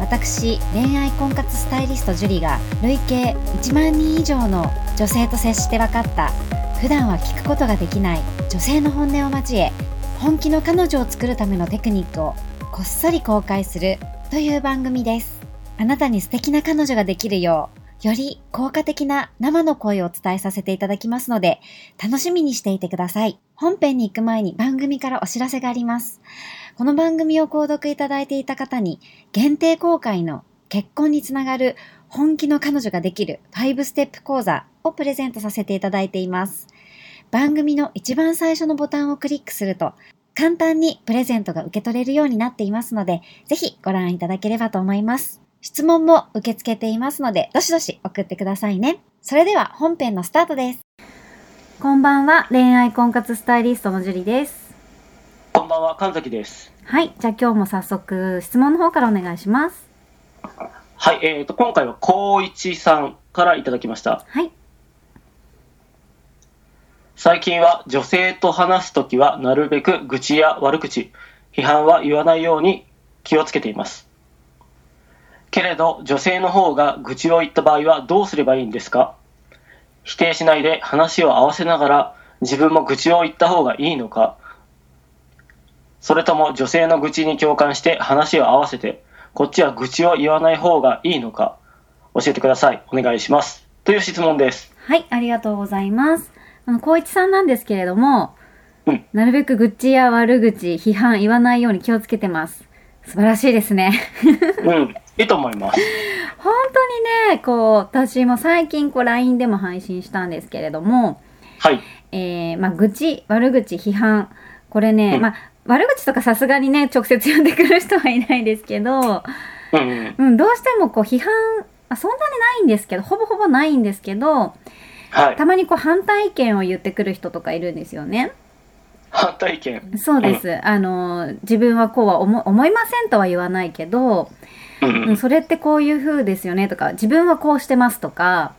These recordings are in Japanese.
私恋愛婚活スタイリストジュリが累計1万人以上の女性と接して分かった普段は聞くことができない女性の本音を交え本気の彼女を作るためのテクニックをこっそり公開するという番組ですあなたに素敵な彼女ができるようより効果的な生の声をお伝えさせていただきますので楽しみにしていてください本編に行く前に番組からお知らせがありますこの番組を購読いただいていた方に限定公開の結婚につながる本気の彼女ができる5ステップ講座をプレゼントさせていただいています。番組の一番最初のボタンをクリックすると簡単にプレゼントが受け取れるようになっていますので、ぜひご覧いただければと思います。質問も受け付けていますので、どしどし送ってくださいね。それでは本編のスタートです。こんばんは、恋愛婚活スタイリストのジュリです。こんばんは、神崎です。はい、じゃあ今日も早速質問の方からお願いします。はい、えー、と、今回は高一さんからいただきました。はい。最近は女性と話すときは、なるべく愚痴や悪口、批判は言わないように気をつけています。けれど、女性の方が愚痴を言った場合はどうすればいいんですか否定しないで話を合わせながら、自分も愚痴を言った方がいいのかそれとも女性の愚痴に共感して話を合わせて、こっちは愚痴を言わない方がいいのか教えてください。お願いします。という質問です。はい、ありがとうございます。あの、光一さんなんですけれども、うんなるべく愚痴や悪口、批判言わないように気をつけてます。素晴らしいですね。 うん、いいと思います。本当にね、こう、私も最近、こう、LINE でも配信したんですけれども、はい。えー、まあ、愚痴、悪口、批判、これね、うんまあ、悪口とかさすがにね、直接呼んでくる人はいないですけど、うんうん。うん、どうしてもこう、批判、あそんなにないんですけど、ほぼほぼないんですけど、はい。たまにこう反対意見を言ってくる人とかいるんですよね。反対意見。そうです。あの、自分はこうは思思いませんとは言わないけど、うんう、うんん。それってこういう風ですよねとか、自分はこうしてますとか、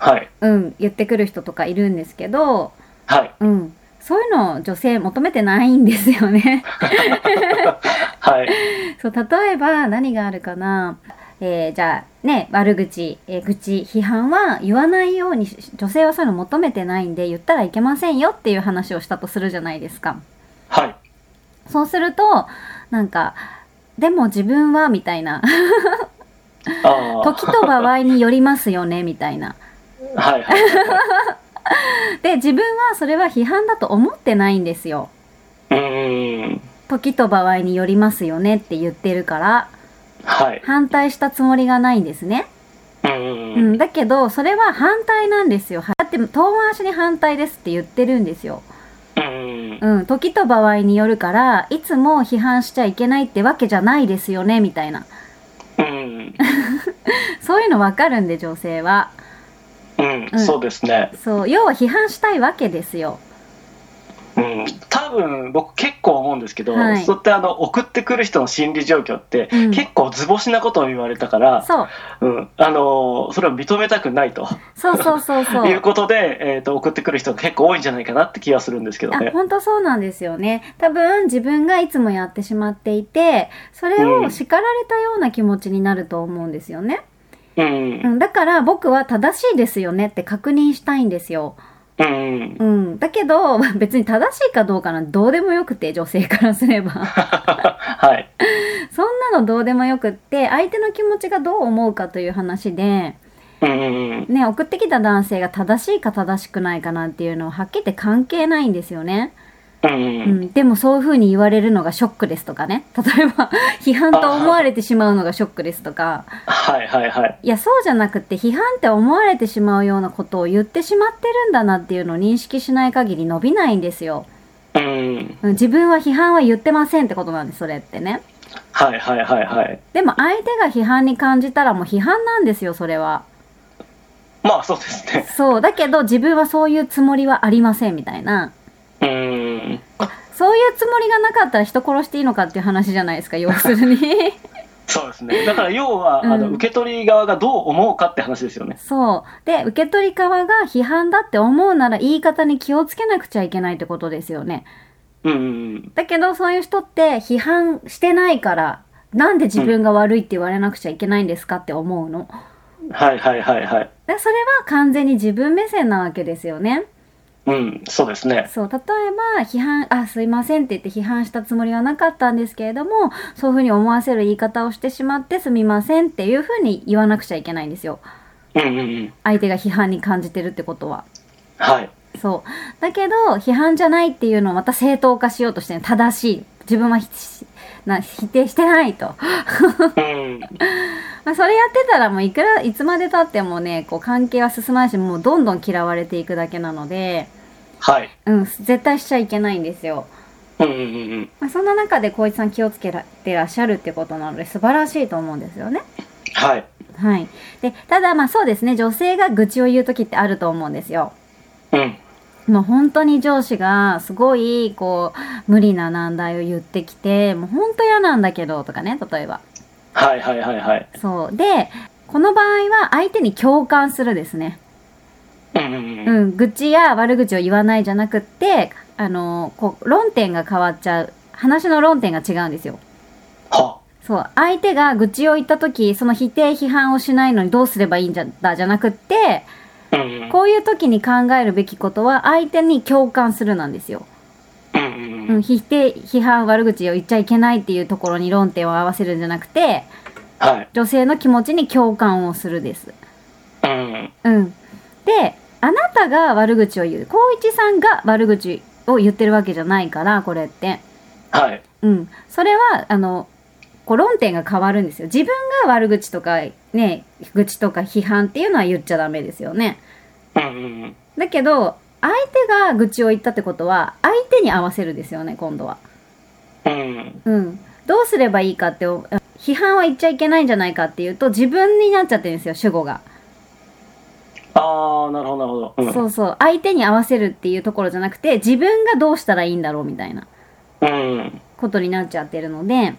はい。うん、言ってくる人とかいるんですけど、はい。うん、そういうの女性求めてないんですよね。 はい。そう、例えば何があるかな。えーじゃあね、悪口、えー愚痴、批判は言わないようにし、女性はそういうの求めてないんで言ったらいけませんよっていう話をしたとするじゃないですか。はい。そうすると、なんか、でも自分は、みたいな。ああ。時と場合によりますよね、みたいな。はい。はい。で、自分はそれは批判だと思ってないんですよ。うん。時と場合によりますよねって言ってるから、はい。反対したつもりがないんですね。うんううん。ん、だけど、それは反対なんですよ。はだって、遠回しに反対ですって言ってるんですよ。うん。うん、時と場合によるから、いつも批判しちゃいけないってわけじゃないですよね、みたいな。うん。そういうのわかるんで、女性は。うん。そうですね。そう、要は批判したいわけですよ。うん。多分、僕結構思うんですけど、はいそうやってあの、送ってくる人の心理状況って、うん結構図星なことを言われたから、そう、うん。あのーそれを認めたくないとそうそうそう そいうう。ことで、えっと、送ってくる人が結構多いんじゃないかなって気がするんですけどあ、ね。本当そうなんですよね。多分自分がいつもやってしまっていて、それを叱られたような気持ちになると思うんですよね。うんう。ん、だから僕は正しいですよねって確認したいんですよ。うん。うん、だけど 別に正しいかどうかなんてどうでもよくて、女性からすれば。はい。そんなのどうでもよくって、相手の気持ちがどう思うかという話で、うんうんうん。ね、送ってきた男性が正しいか正しくないかなんていうのははっきり言って関係ないんですよね。うんううん。ん、でもそういう風に言われるのがショックですとかね。 例えば、批判と思われてしまうのがショックですとか。はいはいはい。いや、そうじゃなくて、批判って思われてしまうようなことを言ってしまってるんだなっていうのを認識しない限り伸びないんですよ。うん。うん自分は批判は言ってませんってことなんです、それってね。はいはいはいはい。でも相手が批判に感じたらもう批判なんですよ、それは。まああ、そうですね。そう、だけど自分はそういうつもりはありませんみたいな。うーん。そういうつもりがなかったら人殺していいのかっていう話じゃないですか、要するに。そうですね。だから要は、うんあの受け取り側がどう思うかって話ですよね。そう。で、受け取り側が批判だって思うなら言い方に気をつけなくちゃいけないってことですよね。うんうんうん。だけどそういう人って批判してないから、なんで自分が悪いって言われなくちゃいけないんですかって思うの。はいはいはいはい。で、それは完全に自分目線なわけですよね。うん、そうですね。そう、例えば批判、あ、すいませんって言って批判したつもりはなかったんですけれども、そういうふうに思わせる言い方をしてしまってすみませんっていうふうに言わなくちゃいけないんですよ。うんうんうん。相手が批判に感じてるってことは。はい。そう。だけど、批判じゃないっていうのをまた正当化しようとしてる正しい。自分はひな否定してないと。うん。まあ、それやってたらもういくら、いつまで経ってもね、こう関係は進まないし、もうどんどん嫌われていくだけなので、はい。うん、絶対しちゃいけないんですよ。うんうんうんうん。まあ、そんな中で光一さん気をつけてらっしゃるってことなので素晴らしいと思うんですよね。はい。はい。で、ただまあそうですね、女性が愚痴を言う時ってあると思うんですよ。うん。もう本当に上司がすごいこう無理な難題を言ってきてもう本当嫌なんだけどとかね例えばはいはいはいはい。そうでこの場合は相手に共感するですねうんうんうん。うん愚痴や悪口を言わないじゃなくってあのこう論点が変わっちゃう話の論点が違うんですよは。そう相手が愚痴を言った時その否定批判をしないのにどうすればいいんじゃだじゃなくってうんうん。こういう時に考えるべきことは相手に共感するなんですようんうんう。うんん、否定批判悪口を言っちゃいけないっていうところに論点を合わせるんじゃなくてはい。女性の気持ちに共感をするです。うん。うん、であなたが悪口を言う光一さんが悪口を言ってるわけじゃないからこれって、はい。うん、それはあのこう論点が変わるんですよ自分が悪口とかね愚痴とか批判っていうのは言っちゃダメですよねうんうんうん。だけど相手が愚痴を言ったってことは相手に合わせるですよね今度は。うん。うん、どうすればいいかってお批判は言っちゃいけないんじゃないかっていうと自分になっちゃってるんですよ主語が、ああ、なるほどなるほど。うん。そうそう相手に合わせるっていうところじゃなくて自分がどうしたらいいんだろうみたいなうん。ことになっちゃってるので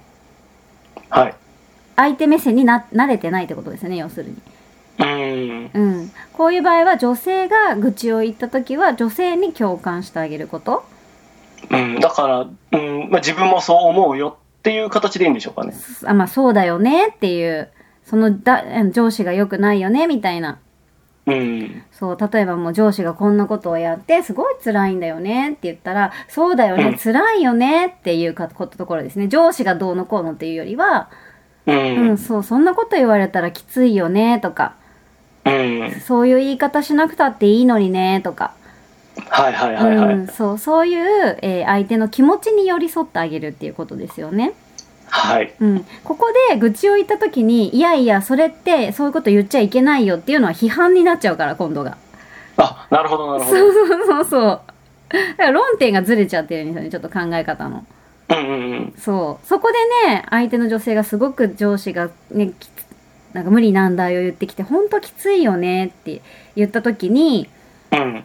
はい。相手目線にな慣れてないってことですよね要するに、うん。うん、こういう場合は女性が愚痴を言った時は女性に共感してあげることうん。だから、うん、まあ、自分もそう思うよっていう形でいいんでしょうかね。あまあそうだよねっていうそのだ上司が良くないよねみたいなうん。そう、例えばもう上司がこんなことをやって、すごい辛いんだよねって言ったら、そうだようねん、辛いよねっていうかことところですね。上司がどうのこうのっていうよりは、ううん、ん。そう、そんなこと言われたらきついよねとか、うん。そういう言い方しなくたっていいのにねとか、はいはいはいはうい。ん、そう、そういう、えー相手の気持ちに寄り添ってあげるっていうことですよね。はい。うん、ここで愚痴を言った時に、いやいや、それってそういうこと言っちゃいけないよっていうのは批判になっちゃうから、今度が。あ、なるほどなるほそうど。そうそうそう。だから論点がずれちゃってるんですよね、ちょっと考え方の。うんうんうん。そう。そこでね、相手の女性がすごく上司がね、きつなんか無理難題を言ってきて、ほんときついよねって言った時に、うん。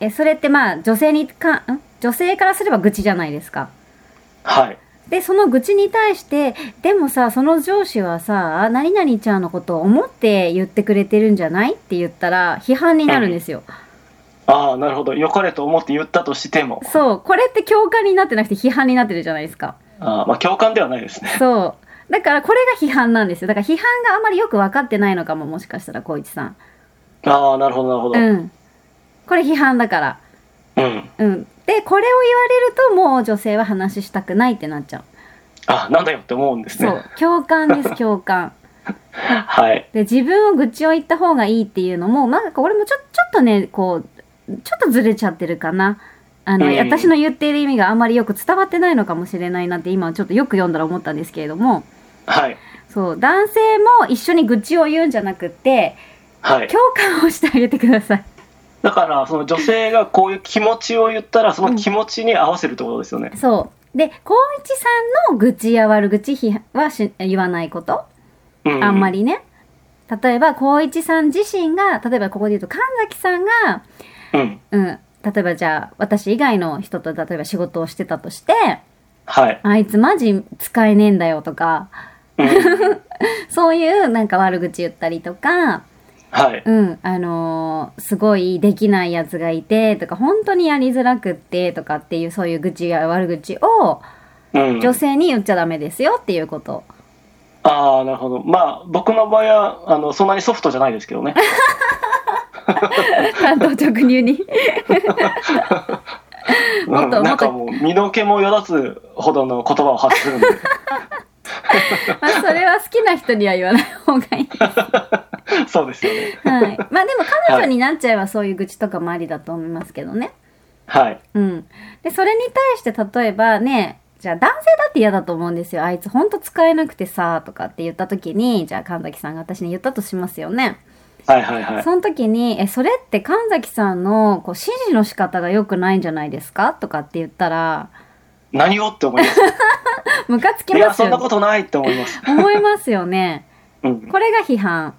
え、それってまあ女性にか、ん女性からすれば愚痴じゃないですか。はい。で、その愚痴に対して、でもさ、その上司はさ、何々ちゃんのことを思って言ってくれてるんじゃないって言ったら、批判になるんですよ。ああ、なるほど。良かれと思って言ったとしても、そう。これって共感になってなくて批判になってるじゃないですか。あーまあ、共感ではないですね。そう。だからこれが批判なんですよ。だから批判があまりよく分かってないのかも、もしかしたら、光一さん。ああ、なるほど、なるほど。うん。これ批判だから。うん。うん。で、これを言われると、もう女性は話したくないってなっちゃう。あ、なんだよって思うんですそねう。。共感です、共感。はい。で、自分を愚痴を言った方がいいっていうのも、なんかこれもちょ、ちょっとね、こう、ちょっとずれちゃってるかな。あの、うん私の言っている意味があまりよく伝わってないのかもしれないなって、今ちょっとよく読んだら思ったんですけれども、はい。そう、男性も一緒に愚痴を言うんじゃなくて、はい。共感をしてあげてください。だから、その女性がこういう気持ちを言ったら、その気持ちに合わせるってことですよね。そう。で、光一さんの愚痴や悪口批判はし言わないこと、うん。あんま。りね。例えば光一さん自身が例えばここで言うと神崎さんが、うん。うん、例えばじゃあ私以外の人と例えば仕事をしてたとしてはい。あいつマジ使えねえんだよとかうんそういうなんか悪口言ったりとか、はい。うん、あのーすごいできないやつがいてとか本当にやりづらくってとかっていうそういう愚痴や悪口をうん。女性に言っちゃダメですよっていうこと。ああ、なるほど。まあ、僕の場合は、あの、そんなにソフトじゃないです けどね。担当直入 に。もっとうもんなっとんかもう、身の毛もよだつほどの言葉を発する んで。まあ、それは好きな人には言わない方がいい。そうですよね。はい。まあでも彼女になっちゃえばそういう愚痴とかもありだと思いますけどね。はい。うん。で、それに対して例えばね、じゃあ男性だって嫌だと思うんですよ。あいつほんと使えなくてさ、とかって言った時に、じゃあ神崎さんが私に言ったとしますよね。はいはいはい。その時に、え、それって神崎さんのこう指示の仕方が良くないんじゃないですかとかって言ったら、何をって思います。ムカつきいまや、すそんなよこね。とないって思います。思いますよね。うん。これが批判。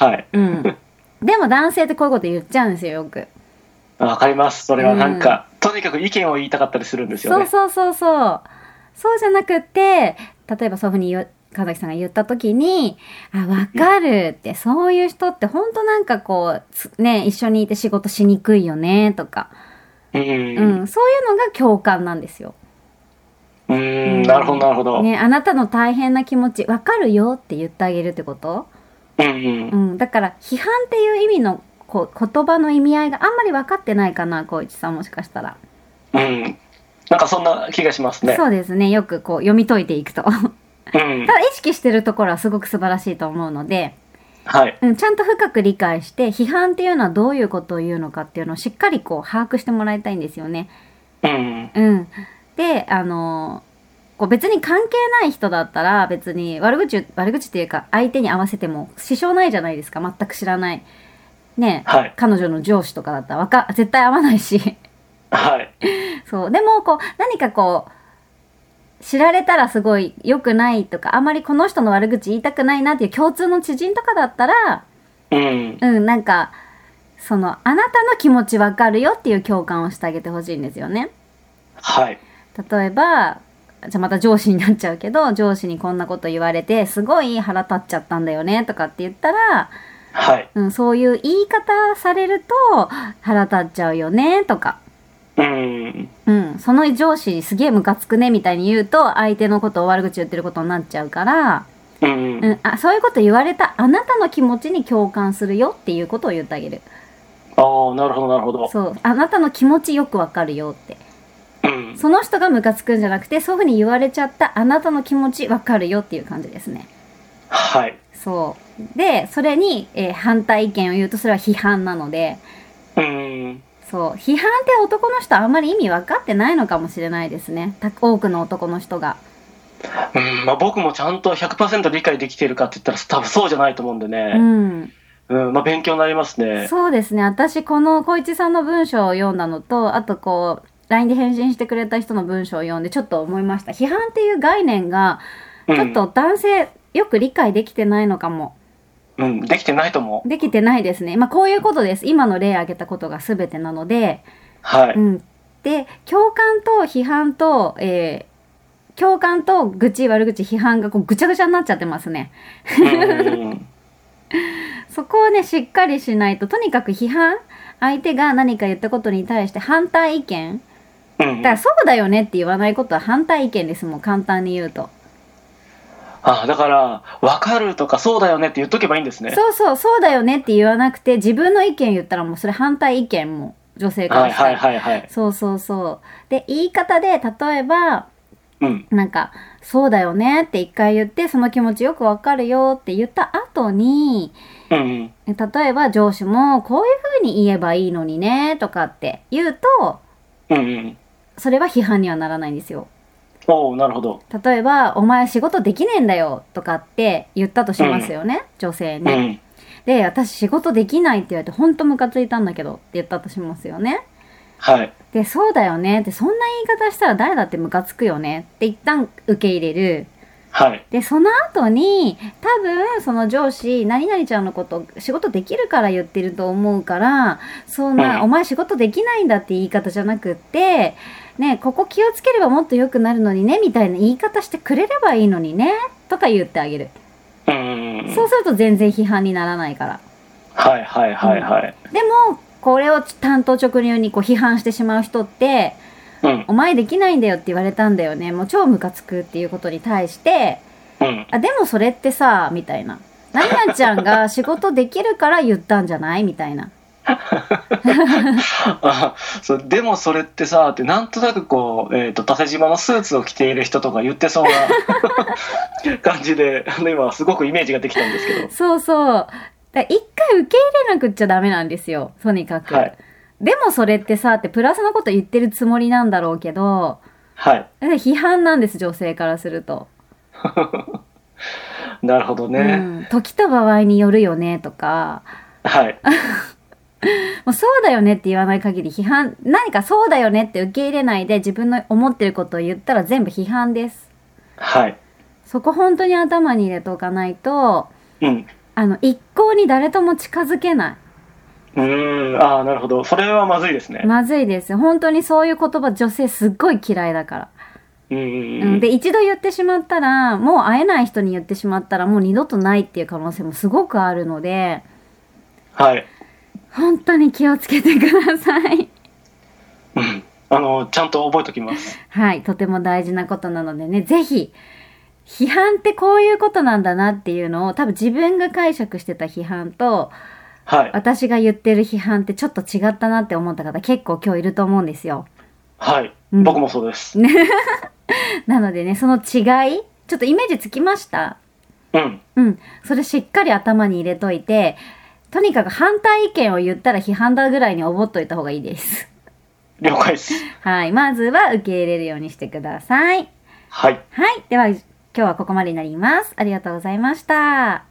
はい。うん。でも男性ってこういうこと言っちゃうんですよ、よく。わかります。それはなんか、とにかく意見を言いたかったりするんですよそうね。そうそうそう。そうじゃなくって、例えばそういうふうに言う神崎さんが言った時に、あ、わかるって、そういう人って本当なんかこうつ、ね、一緒にいて仕事しにくいよね、とか、うん。う、うんそういうのが共感なんですよ。ーん。なるほど、なるほど。ね、あなたの大変な気持ち、わかるよって言ってあげるってことうんうんう。ん、だから批判っていう意味のこう言葉の意味合いがあんまり分かってないかな、光一さんもしかしたら。うん。なんかそんな気がしますね。そうですね、よくこう読み解いていくと。うんた。だ意識してるところはすごく素晴らしいと思うので、はい。うん、ちゃんと深く理解して批判っていうのはどういうことを言うのかっていうのをしっかりこう把握してもらいたいんですよね。うん。うん、であのこう別に関係ない人だったら別に悪口悪口っていうか相手に合わせても支障ないじゃないですか全く知らない。 ねえはい。彼女の上司とかだったらわか絶対合わないしはい。そうでもこう何かこう知られたらすごい良くないとかあまりこの人の悪口言いたくないなっていう共通の知人とかだったらうん。うん、なんか、その、あなたの気持ちわかるよっていう共感をしてあげてほしいんですよね。はい。例えば、じゃあまた上司になっちゃうけど、上司にこんなこと言われて、すごい腹立っちゃったんだよね、とかって言ったら、はい。うん、そういう言い方されると、腹立っちゃうよね、とか。うん。うん、その上司すげえムカつくねみたいに言うと相手のことを悪口言ってることになっちゃうから、う。うんん、あそういうこと言われたあなたの気持ちに共感するよっていうことを言ってあげるああ、なるほど、なるほど。そうあなたの気持ちよくわかるよってうん。その人がムカつくんじゃなくてそういうふうに言われちゃったあなたの気持ちわかるよっていう感じですねはい。そうでそれに、えー反対意見を言うとそれは批判なのでうん。そう批判って男の人あんまり意味分かってないのかもしれないですねた多くの男の人がうんまあ、僕もちゃんと100%理解できているかって言ったら多分そうじゃないと思うんでうね、んうんまあ、勉強になりますね。そうですね私この光一さんの文章を読んだのとあとこう LINE で返信してくれた人の文章を読んでちょっと思いました批判っていう概念がうちょっんと男性よく理解できてないのかもうん、できてないと思う。できてないですね。まあ、こういうことです。今の例挙げたことが全てなので、。はいうん。で、共感と批判と、えー共感と愚痴、悪口、批判がこうぐちゃぐちゃになっちゃってますね。うんそこをね、しっかりしないと、とにかく批判、相手が何か言ったことに対して反対意見。うんだから、そうだよねって言わないことは反対意見です。もう簡単に言うと。あだから、わかるとかそうだよねって言っとけばいいんですね。そうそう、そうだよねって言わなくて、自分の意見言ったらもうそれ反対意見も、女性かはらいしたはいら。はいはい。そうそうそう。で、言い方で、例えば、うん。なんか、そうだよねって一回言って、その気持ちよくわかるよって言った後に、うん。例えば上司も、こういう風に言えばいいのにね、とかって言うと、うん。うん。それは批判にはならないんですよ。おおなるほど。例えば、お前仕事できねえんだよ、とかって言ったとしますよね、女性うに。ん。で、私仕事できないって言われて、ほんとムカついたんだけど、って言ったとしますよね。はい。で、そうだよねって、そんな言い方したら誰だってムカつくよねって一旦受け入れる。はい。で、その後に、多分、その上司、何々ちゃんのこと、仕事できるから言ってると思うから、そんな、うんお前仕事できないんだって言い方じゃなくって、ね、ここ気をつければもっと良くなるのにね、みたいな言い方してくれればいいのにね、とか言ってあげる。うんうんうん。そうすると全然批判にならないから。はいはいはいはい。でも、これを担当直入にこう批判してしまう人って、うんお前できないんだよって言われたんだよね。もう超ムカつくっていうことに対して、うん。あ、でもそれってさ、みたいな。何々ちゃんが仕事できるから言ったんじゃないみたいな。あそうでもそれってさってなんとなくこう、えー、と縦島のスーツを着ている人とか言ってそうな 感じであの今すごくイメージができたんですけどそうそう。だ一回受け入れなくっちゃダメなんですよ。とにかく。はいでもそれってさ、ってプラスのこと言ってるつもりなんだろうけど、はいだから批判なんです、女性からすると。なるほどうね、ん。時と場合によるよね、とか。はいもうそうだよねって言わない限り批判、何かそうだよねって受け入れないで自分の思ってることを言ったら全部批判です。はいそこ本当に頭に入れておかないと、うんあの、一向に誰とも近づけなうーんああなるほどそれはまずいですねい。まずいですよ。本当にそういう言葉女性すっごい嫌いだから。うんううんうんん、で、一度言ってしまったら、もう会えない人に言ってしまったら、もう二度とないっていう可能性もすごくあるので、はい、本当に気をつけてください。うん、あのちゃんと覚えときますはい、とても大事なことなのでね、ぜひ、批判ってこういうことなんだなっていうのを、多分自分が解釈してた批判と、はい私が言ってる批判ってちょっと違ったなって思った方結構今日いると思うんですよ。はい、うん僕もそうですなのでね、その違い、ちょっとイメージつきましたうんうん。それしっかり頭に入れといて、とにかく反対意見を言ったら批判だぐらいに思っといた方がいいです。 了解ですはい。まずは受け入れるようにしてください。はいはい。では、今日はここまでになります。ありがとうございました。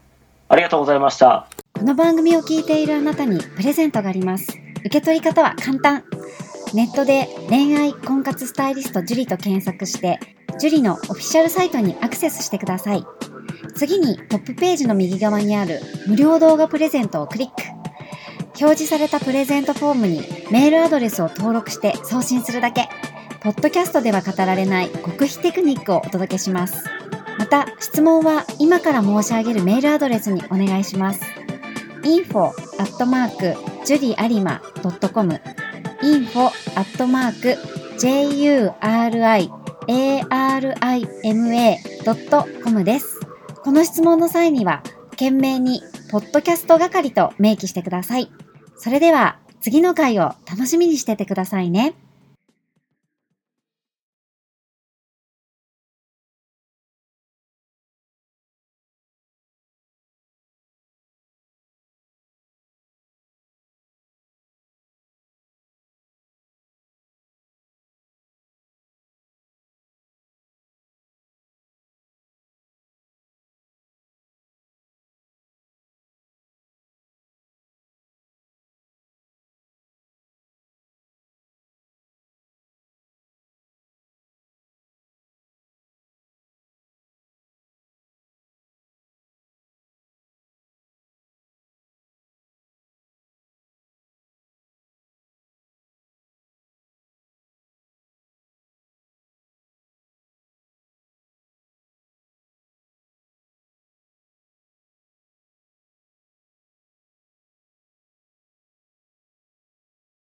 ありがとうございましたこの番組を聞いているあなたにプレゼントがあります。受け取り方は簡単。ネットで恋愛婚活スタイリスト樹と検索して、樹のオフィシャルサイトにアクセスしてください。次にトップページの右側にある無料動画プレゼントをクリック。表示されたプレゼントフォームにメールアドレスを登録して送信するだけ。ポッドキャストでは語られない極秘テクニックをお届けします。また、質問は今から申し上げるメールアドレスにお願いします。info アットマークジュリアリマドットコム info アットマーク juriarima ドットコムです。この質問の際には、懸命にポッドキャスト係と明記してください。それでは次の回を楽しみにしててくださいね。